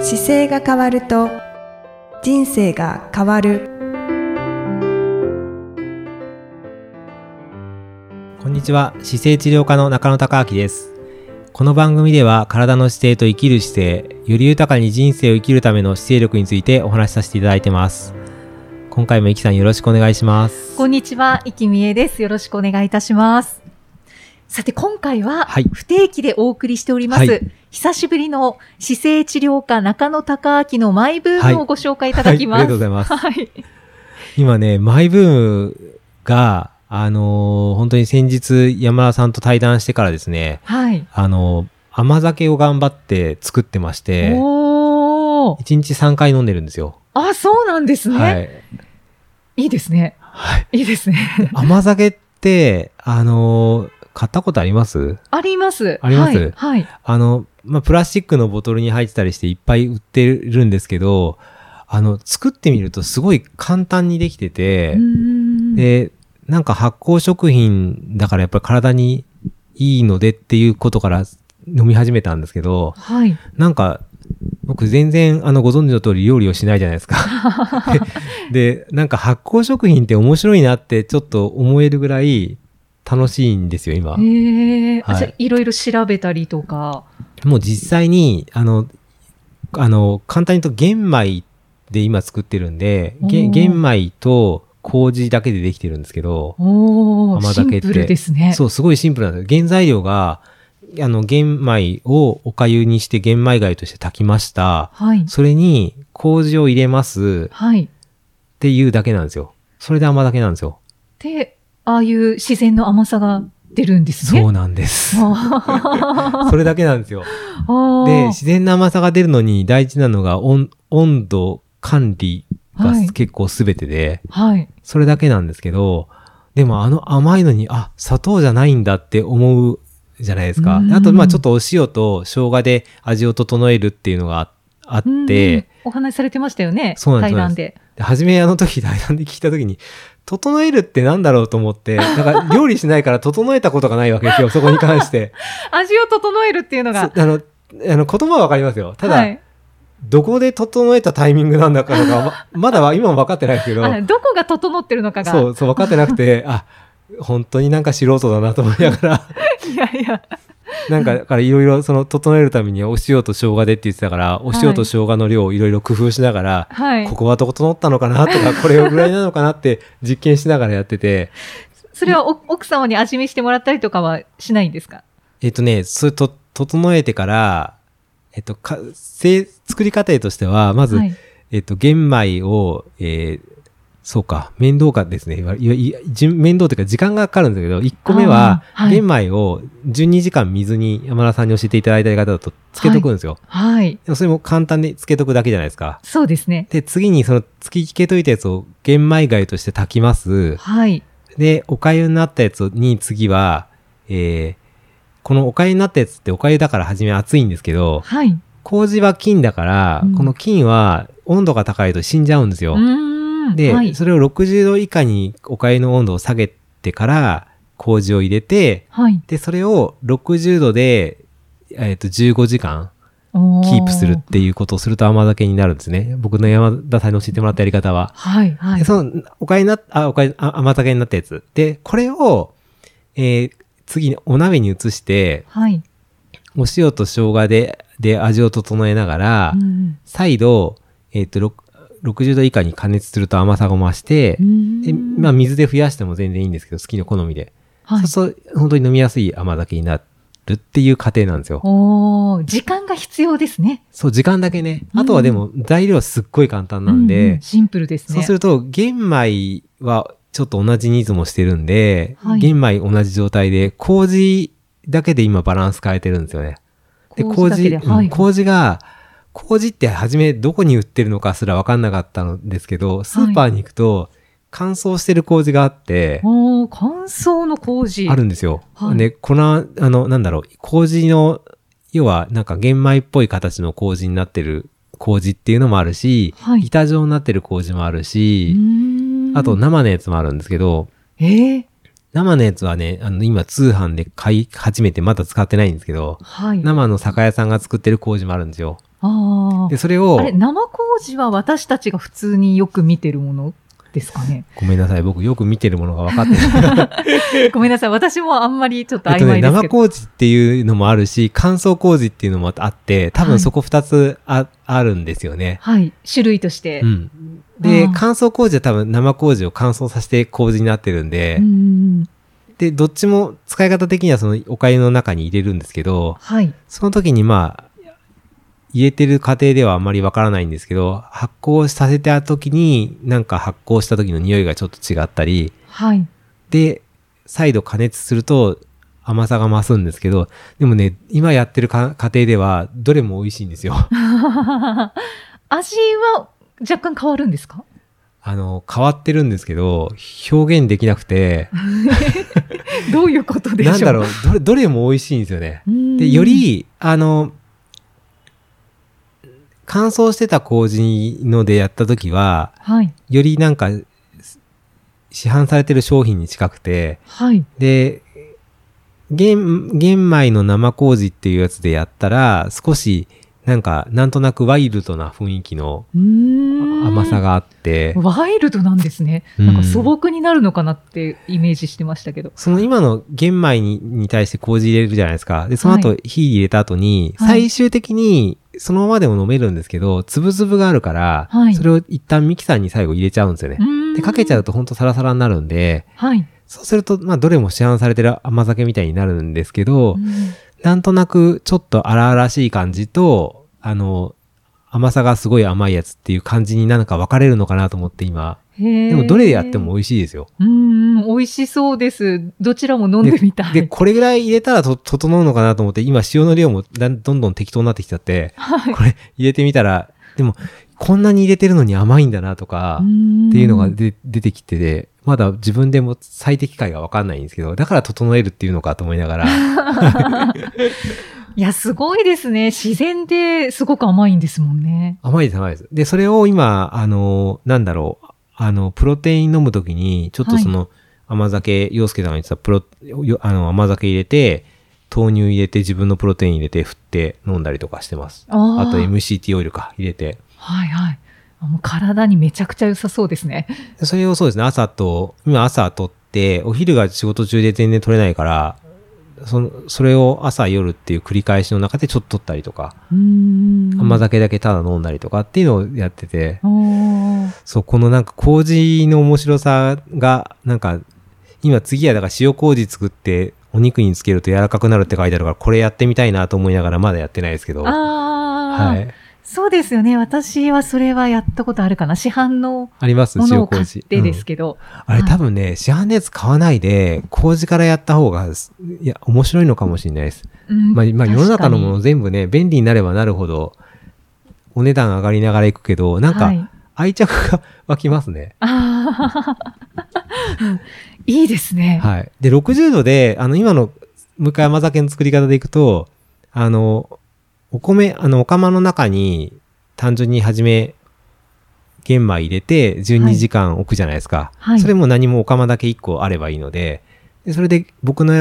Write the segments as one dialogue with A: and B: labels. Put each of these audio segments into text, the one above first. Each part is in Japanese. A: 姿勢が変わると人生が変わる
B: こんにちは姿勢治療科の中野孝明ですこの番組では体の姿勢と生きる姿勢より豊かに人生を生きるための姿勢力についてお話しさせていただいてます今回もいきさんよろしくお願いします
C: こんにちは、いきみえです。よろしくお願いいたします。さて、今回は
B: はい
C: 不定期でお送りしております。
B: はい
C: 久しぶりの姿勢治療科中野隆明のマイブームをご紹介いただきま
B: はいありが
C: す。
B: とうございます
C: はい。
B: 今ねマイブームがあのー本当に先日山田さんと対談してからですね
C: はい。
B: あのー甘酒を頑張って作ってまして
C: おー。
B: 1日3回飲んでるんですよ、
C: あ、そうなんですね。、
B: はいい
C: いですね。
B: はい
C: いいですね。
B: 甘酒ってあのー買ったことあります
C: あります。
B: あります
C: はい。はい。
B: あの、まあ、プラスチックのボトルに入ってたりしていっぱい売ってるんですけど、あの、作ってみるとすごい簡単にできてて
C: うー、ん
B: で、なんか発酵食品だからやっぱり体にいいのでっていうことから飲み始めたんですけど、
C: はい。
B: なんか、僕全然あのご存知の通り料理をしないじゃないです か。で、なんか発酵食品って面白いなってちょっと思えるぐらい楽しいんですよ、今。
C: へえ。
B: は
C: あ
B: い
C: じゃあいろいろ調べたりとか。
B: もう実際に、あの、あの、簡単に言うと玄米で今作ってるんで、げ
C: おー
B: 玄米と麹だけでできてるんですけど、
C: おー、
B: 甘
C: シ
B: 酒っ
C: ン
B: て
C: プルですね。
B: そう、すごいシンプルなんですよ原材料が、あの、玄米をお粥にして玄米貝として炊きました。
C: はい。
B: それに麹を入れますっ
C: はい。
B: ていうだけなんですよ。それで甘酒なんですよ。
C: で、ああいう自然の甘さが出るんですね。
B: そうなんです。
C: あ
B: それだけなん ですよ。
C: ー
B: で、自然な甘さが出るのに大事なのが温温度管理が
C: はい
B: 結構全てで、
C: はい。
B: それだけなんですけど、でもあの甘いのに、あ、砂糖じゃないんだって思うじゃないですか。
C: うん
B: あと、まあちょっとお塩と生姜で味を整えるっていうのがああっ
C: うん
B: て、、
C: お話しされてましたよね。
B: そうなんです
C: 対談で。
B: で初めあの時対談で聞いた時に、整えるってなんだろうと思って、なんか料理しないから整えたことがないわけですよ、そこに関して。
C: 味を整えるっていうの
B: そあ
C: が。
B: の、あの言葉はわかりますよ。ただ、
C: はい
B: どこで整えたタイミングなんだかとか、ままだは今 も分かってないですけど、
C: あどこが整ってるのかが。
B: そう、そう分かってなくて、あ、本当になんか素人だなと思いなが ら、
C: いやいや。
B: なんか、だからいろいろその整えるためにお塩と生姜でって言ってたから、お塩と生姜の量をいろいろ工夫しながら、
C: はい
B: こ。こは整ったのかなとか、これぐらいなのかなって 実験しながらやってて、
C: それはお奥様に味見してもらったりとかはしないんですか
B: えっとね、それと、整えてから、えっと、か、製作り過程としては、まず、
C: はい。
B: えっと、玄米を、えーそうか、面倒かですね。いわいわいじ面倒というか時間がかかるんですけど、1個目は、
C: あーはい
B: 玄米を12時間水に山田さんに教えていただいた方だとつけとくんですよ。
C: はい。
B: でもそれも簡単につけとくだけじゃないですか。
C: そうですね。
B: で、次にそのつきつけといたやつを玄米貝として炊きます。
C: はい。
B: で、お粥になったやつに次は、えーこのお粥になったやつってお粥だから初め熱いんですけど、
C: はい。
B: 麹は菌だから、
C: うん
B: この菌は温度が高いと死んじゃうんですよ。
C: うーん。
B: で、
C: はい。
B: それを60度以下にお粥の温度を下げてから麹を入れて、
C: はい。
B: で、それを60度で、えっ、と、15時間
C: お
B: キープするっていうことをすると甘酒になるんですね。僕の山田さんに教えてもらったやり方は。
C: はい。は
B: で
C: い。
B: その、お粥になあ、お粥、あ甘酒になったやつ。で、これを、えー次、お鍋に移して、
C: はい。
B: お塩と生姜で、で、味を整えながら、
C: うん
B: 再度、えっ、と、ろく60度以下に加熱すると甘さが増して
C: う、ん
B: でまあ、水で増やしても全然いいんですけど好きの好みで、
C: はい。
B: そうすると本当に飲みやすい甘酒になるっていう過程なんですよ
C: おー時間が必要ですね。
B: そう時間だけね
C: うん
B: あとはでも材料はすっごい簡単なんで、
C: ううシンプルですね。
B: そうすると玄米はちょっと同じニーズもしてるんで、
C: はい
B: 玄米同じ状態で麹だけで今バランス変えてるんですよねで
C: 麹だけではい
B: うん麹が麹って初めどこに売ってるのかすら分かんなかったんですけどスーパーに行くと乾燥してる麹があって、
C: おー乾燥の麹。
B: あるんですよ。
C: はい
B: で、粉、あの、なんだろう、麹の、要はなんか玄米っぽい形の麹になってる麹っていうのもあるし、
C: はい
B: 板状になってる麹もある
C: う
B: し、
C: ーん
B: あと、生のやつもあるんですけど、
C: えー、
B: 生のやつはね、あの、今通販で買い始めてまだ使ってないんですけど、
C: はい。
B: 生の酒屋さんが作ってる麹もあるんですよ。
C: あ
B: で、それを
C: あ。あ、れ、生麹は私たちが普通によく見てるものですかね。
B: ごめんなさい、僕よく見てるものが分かって ない。
C: ごめんなさい。私もあんまりちょっと
B: えっ
C: 曖
B: とね、
C: 昧です
B: 生
C: けど。
B: 麹っていうのもあるし、乾燥麹っていうのもあって、多
C: は
B: 分
C: い
B: そこ2つあ,、あるんですよね。
C: はい。種類として。
B: うん。で
C: あ、ー
B: 乾燥麹は多分生麹を乾燥させて麹になってるんで、
C: うんうんうん
B: で、どっちも使い方的にはそのお粥の中に入れるんですけど、
C: はい。
B: その時にまあ、入れてる過程ではあんまりわからないんですけど、発酵させた時に、なんか発酵した時の匂いがちょっと違ったり、
C: はい。
B: で、再度加熱すると甘さが増すんですけど、でもね、今やってるか過程では、どれも美味しいんですよ。
C: 味は若干変わるんですか
B: あの、変わってるんですけど、表現できなくて、
C: どういうことでしょう
B: なんだろう、どれ、どれも美味しいんですよね。
C: う
B: で、よ、り、あの、乾燥してた麹のでやった時は、
C: はい。
B: よりなんか、市販されてる商品に近くて、
C: はい。
B: で、玄、玄米の生麹っていうやつでやったら、少し、なんか、なんとなくワイルドな雰囲気の
C: うーん
B: 甘さ。があって、
C: ワイルドなんですね。
B: うん
C: なんか素朴になるのかなってイメージしてましたけど。
B: その今の玄米にに対して麹入れるじゃないですか。で、その
C: は
B: 後火入れた後に、
C: はい
B: 最終的にそのままでも飲めるんですけど、粒々があるから、
C: はい
B: それを一旦ミキサーに最後入れちゃうんですよね。で、かけちゃ
C: う
B: うとほんとサラサラになるんで、
C: ーん。はい。
B: そうすると、まあ、どれも市販されてる甘酒みたいになるんですけど、
C: うん
B: なんとなくちょっと荒々しい感じと、あの、甘さがすごい甘いやつっていう感じになんか分かれるのかなと思って今。
C: へ
B: で
C: ー
B: もどれやっても美味しいですよ。
C: うんうん、美味しそうです。どちらも飲んでみたい。
B: で、これぐらい入れたらと整うのかなと思って、今塩の量もだんどんどん適当になってきちゃって、
C: はい
B: これ入れてみたら、でも、こんなに入れてるのに甘いんだなとか、っていうのがで出てきてて、まだ自分でも最適解がわかんないんですけど、だから整えるっていうのかと思いなが ら、
C: いや、すごいですね。自然ですごく甘いんですもんね。
B: 甘いです甘いです。で、それを今、あの、なんだろう、あの、プロテイン飲むときに、ちょっと
C: はい
B: その、甘酒、洋介さんが言ってたプロ、よあの、甘酒入れて、豆乳入れて、自分のプロテイン入れて、振って飲んだりとかしてます。
C: あー
B: あと MCT オイルか、入れて。
C: はいはい。あもう体にめちゃくちゃ良さそうですね。
B: でそれをそうですね、朝と、今朝取って、お昼が仕事中で全然取れないから、その、それを朝夜っていう繰り返しの中でちょっと取ったりとか、
C: うーん。
B: 甘酒だけただ飲んだりとかっていうのをやってて、
C: おー
B: そう、このなんか麹の面白さが、なんか、今次はだから塩麹作ってお肉につけると柔らかくなるって書いてあるから、これやってみたいなと思いながらまだやってないですけど。
C: ああ、
B: はい。
C: そうですよね。私はそれはやったことあるかな。市販の
B: あります
C: もの
B: 塩
C: を買っ
B: 麹。
C: てです
B: うん
C: けど。
B: あれ多分ね、市販のやつ買わないで、麹からやった方が、すいや、面白いのかもしれないです。
C: うん
B: まあ、まあ世の中のもの
C: 確
B: 全部ね、便利になればなるほど、お値段上がりながらいくけど、なん
C: かに
B: か、愛着が 湧きますね。
C: はい、いいですね。
B: はい。で、60度で、あの、今の、向井甘酒の作り方でいくと、あの、お米、あの、お釜の中に、単純に初め、玄米入れて、
C: は
B: 12
C: い
B: 時間置くじゃないですか。
C: はい
B: それも何もお釜だけ1個あればいいので、でそれで、僕の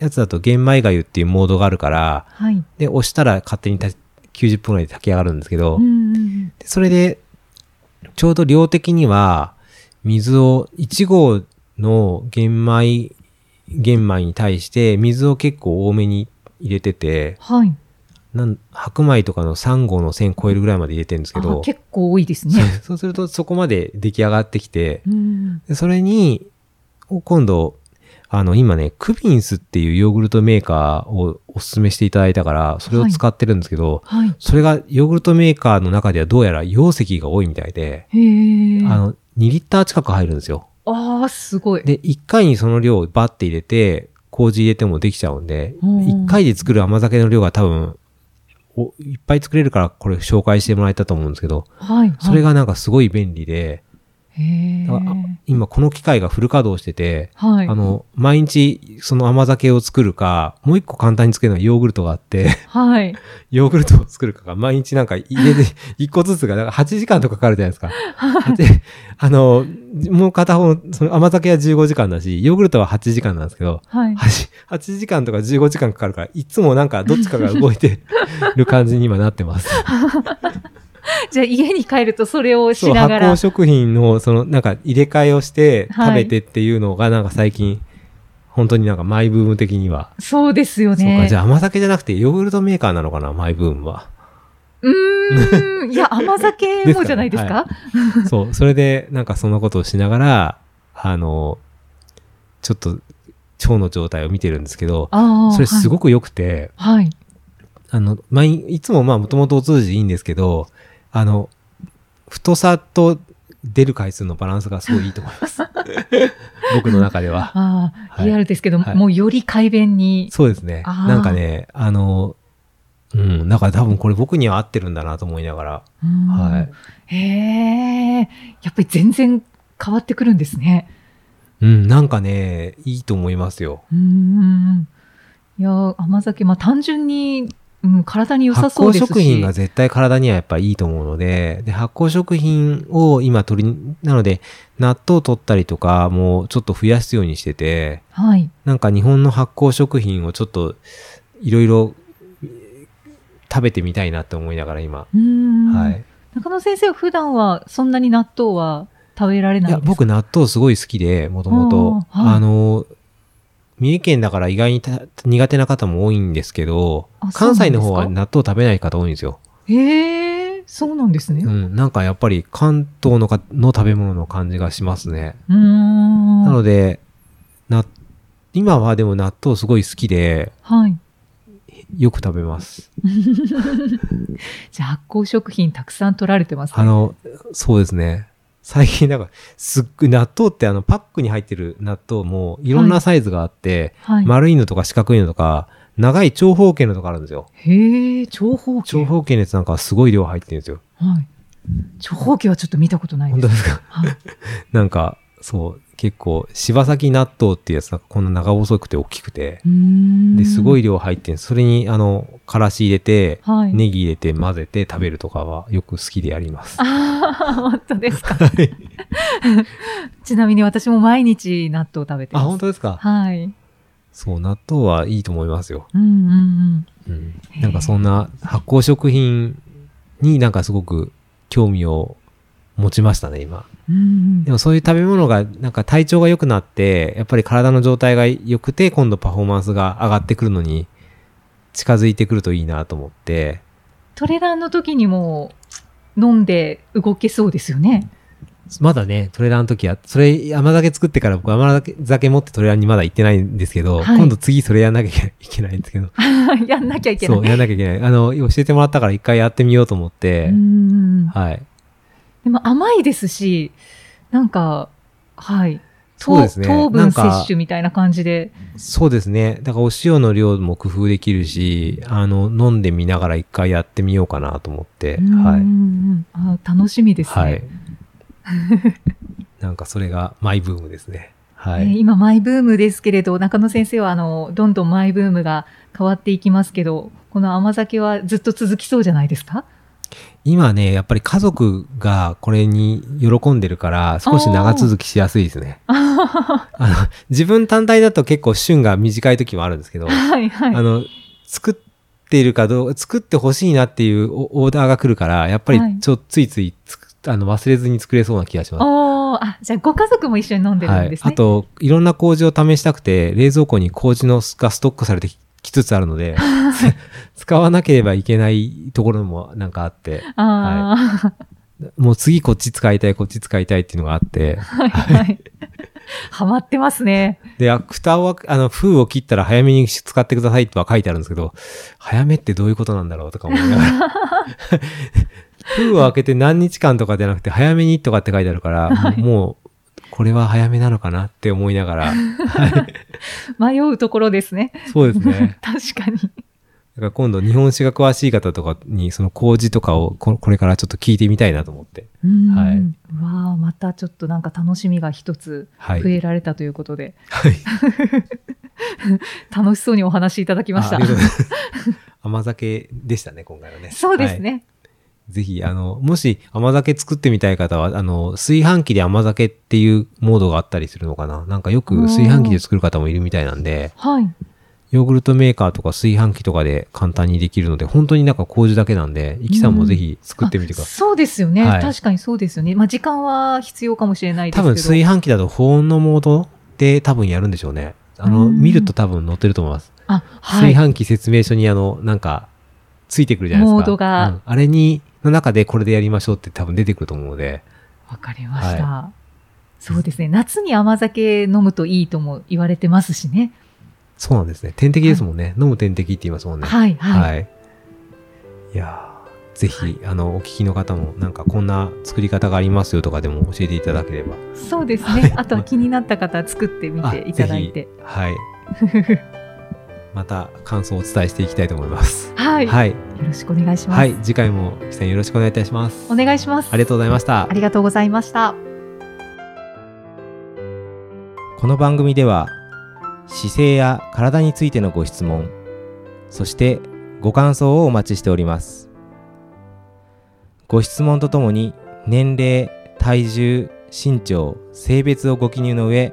B: やつだと、玄米粥っていうモードがあるから、
C: はい。
B: で、押したら勝手にた90分ぐらいで炊き上がるんですけど、
C: うんうんうん
B: でそれで、ちょうど量的には、水を、1合の玄米、玄米に対して、水を結構多めに入れてて、
C: はい。
B: なん白米とかの3合の線超えるぐらいまで入れてるんですけ
C: あ
B: ど、
C: 結構多いですね。
B: そうするとそこまで出来上がってきて、
C: うん
B: でそれに、を今度、あの、今ね、クビンスっていうヨーグルトメーカーをおすすめしていただいたから、それを使ってるんですけど、
C: はい。
B: それがヨーグルトメーカーの中ではどうやら溶石が多いみたいで、
C: へえ。
B: あの、2リッター近く入るんですよ。
C: ああ、すごい。
B: で、1回にその量をバッて入れて、麹入れてもできちゃうんで、
C: うん
B: 1回で作る甘酒の量が多分、おいっぱい作れるからこれ紹介してもらえたと思うんですけど、
C: はい。
B: それ
C: が、
B: がなんかすごい便利で、
C: へ
B: だからあ
C: ー
B: 今この機械がフル稼働してて、
C: はい。
B: あの、毎日その甘酒を作るか、もう一個簡単に作るのはヨーグルトがあって、
C: はい。
B: ヨーグルトを作るかが毎日なんか家 で一個ずつが、だから8時間とかかかるじゃないですか。であの、もう片方、その甘酒は15時間だし、ヨーグルトは8時間なんですけど、
C: はい。
B: 8, 8時間とか15時間かかるから、いつもなんかどっちかが動いて る感じに今なってます。
C: じゃあ家に帰るとそれを
B: そ
C: し
B: う、
C: な
B: 発
C: が
B: 酵
C: ら。
B: 食品のそのなんか入れ替えをして
C: はい
B: 食べてっていうのがなんか最近、本当になんかマイブーム的には。
C: そうですよ
B: そうか、
C: ね
B: じ。ゃあ甘酒じゃなくてヨーグルトメーカーなのかな、マイブームは。
C: うーん。いや、甘酒もじゃないで すか
B: そう、それで、なんかそのことをしながら、あの、ちょっと、腸の状態を見てるんですけど、
C: ああ。
B: それすごく良くて、
C: はい。はい。
B: あの、毎、いつもまあ、もともとお通じいいんですけど、あの、太さと出る回数のバランスがすごいいいと思い ます。僕の中では。
C: ああ、
B: はい
C: リアルですけど、
B: はい
C: もうより快便に。
B: そうですね。
C: あー
B: なんかね、あの、うん、なんか多分これ僕には合ってるんだなと思いながら、
C: うん
B: はい。
C: へえ。やっぱり全然変わってくるんですね。
B: うん、なんかね、いいと思いますよ。
C: うーん。いや、甘酒、まあ単純に、うん、体に良さ
B: 発
C: そう
B: 酵
C: ですし。
B: 食品が絶対体にはやっぱいいと思うので、で発酵食品を今取り、なので納豆取ったりとかもうちょっと増やすようにしてて、
C: はい。
B: なんか日本の発酵食品をちょっといろいろ食べてみたいなって思いながら今。
C: うーん。
B: はい。
C: 中野先生は普段はそんなに納豆は食べられないい
B: や、
C: んですか
B: 僕納豆すごい好きで、もともと。
C: あーはい
B: あの、三重県だから意外にた苦手な方も多いんですけど
C: あ、そうな
B: 関
C: んですか
B: 西の方は納豆食べない方多いんですよ。
C: へえ、そうなんですね。
B: う、
C: うん
B: なんかやっぱり関東のかの食べ物の感じがしますね。
C: ーん。
B: なので、な、今はでも納豆すごい好きで、
C: はい。
B: よく食べます。
C: じゃあ発酵食品たくさん取られてますね。
B: あの、そうですね。最近なんか、すっごい納豆ってあのパックに入ってる納豆もいろんなサイズがあって、
C: はい。
B: 丸いのとか四角いのとか、長い長方形のとかあるんですよ。
C: へえ、長方形。
B: 長方形のやつなんかはすごい量入ってるんですよ。
C: はい。長方形はちょっと見たことない
B: 本
C: で
B: 当
C: す。
B: ですか
C: はい
B: なんか、そう、結構、柴崎納豆っていうやつなんかこんな長細くて大きくて、
C: うーん
B: ですご
C: い。
B: い量入ってんそれにあのからし入れて、
C: はい。
B: ネギ入れて混ぜて食べるとかはよく好きでやります。
C: ああ、本当ですか。
B: はい
C: ちなみに私も毎日納豆を食べてま
B: あ
C: す。
B: 本当ですか。
C: はい。
B: そう納豆はいいと思いますよ。
C: うんうんうん。
B: うん、なんかそんな発酵食品になんかすごく興味を持ちましたね今。
C: うん
B: でもそういう食べ物がなんか体調が良くなってやっぱり体の状態が良くて今度パフォーマンスが上がってくるのに近づいてくるといいなと思って。
C: トレランの時にも飲んで動けそうですよね。
B: まだね、トレラーの時は、それ、甘酒作ってから僕甘酒持ってトレラーにまだ行ってないんですけど、
C: はい
B: 今度次それやんなきゃいけないんですけど、
C: やんなきゃいけない。
B: そう、やんなきゃいけない。あの、教えてもらったから一回やってみようと思って
C: う、ん
B: はい。
C: でも甘いですし、なんか、はい。
B: そうですね。
C: 糖
B: なん
C: 分
B: か
C: 摂取みたいな感じで。
B: そうですね。だからお塩の量も工夫できるし、あの、飲んでみながら一回やってみようかなと思って、
C: うんうんう
B: はい。
C: んあ楽しみですね。
B: はい。なんかそれがマイブームですね。は
C: えー
B: い。
C: 今、マイブームですけれど、中野先生は、あの、どんどんマイブームが変わっていきますけど、この甘酒はずっと続きそうじゃないで すか
B: 今ね、やっぱり家族がこれに喜んでるから、少し長続きしやすいですね。
C: は
B: あの、自分単体だと結構旬が短い時もあるんですけど、
C: いはい。
B: あの、作っているかどう、作ってほしいなっていうオオーダーが来るから、やっぱ
C: はい
B: りちょ、ついついつくあの、忘れずに作れそうな気がします。
C: おーあ、じゃあご家族も一緒に飲んで
B: は
C: るん
B: い
C: で。すね。
B: あと、いろんな麹を試したくて、冷蔵庫に麹のスがストックされてききつつあるの で、使わなければいけないところもなんかあって、
C: あ
B: もう次こっち使いたい、こっち使いたいっていうのがあって、
C: あ、はい、はい。ハマってますね。
B: で、あ蓋を開け、あの、封を切ったら早めに使ってくださいとは書いてあるんですけど、早めってどういうことなんだろうとか思いなが ら。封を開けて何日間とかじゃなくて、早めにとかって書いてあるから、
C: はい
B: もう、これは早めなのかなって思いながら。
C: 迷うところですね。
B: そうですね。
C: 確かに。
B: だから今度日本史が詳しい方とかにその麹とかをここれからちょっと聞いてみたいなと思って。
C: うん
B: はいう
C: わあまたちょっとなんか楽しみが一つ
B: はい。
C: 増えられたということで、
B: はい。
C: 楽しそうにお話しいただきまし
B: あ
C: た
B: ありがとうございます甘酒でしたね、今回はね。
C: そうです
B: は
C: ね、
B: い。ぜひ、あの、もし甘酒作ってみたい方は、あの、炊飯器で甘酒っていうモードがあったりするのかななんかよく炊飯器で作る方もいるみたいなんで、
C: はい、
B: ヨーグルトメーカーとか炊飯器とかで簡単にできるので、本当になんか麹だけなんで、イキさんもぜひ作ってみてください。
C: あそうですよね、
B: はい
C: 確かにそうですよねまあ時間は必要かもしれないですけ
B: 多
C: ど
B: 分炊飯器だと保温のモードで多分やるんでしょうね。あの、
C: うん
B: 見ると多分載ってると思います。
C: あはい
B: 炊飯器説明書にあの、なんか、ついてくるじゃないですか。
C: モードが
B: うんあれに、の中でこれでやりましょうって多分出てくると思うので。
C: わかりました、そうですね夏に甘酒飲むといいとも言われてますしね
B: そうなんですね。点滴ですもんね。飲む点滴って言いますもんね。
C: はいはい、
B: い。い、やーぜひ、あの、お聞きの方も、なんかこんな作り方がありますよとかでも教えていただければ。
C: そうですねあとは気になった方は作ってみ
B: あ
C: ていただい
B: ぜ
C: て
B: ひはい。 また感想をお伝えしていきたいと思います。
C: はい、
B: はい。
C: よろしくお願いします、
B: はい。次回も、記者よろしくお願いいたします。
C: お願いします
B: ありがとうございました
C: あ。りがとうございました
B: この番組では姿勢や体についてのご質問そしてご感想をお待ちしておりますご質問とともに年齢体重身長性別をご記入の上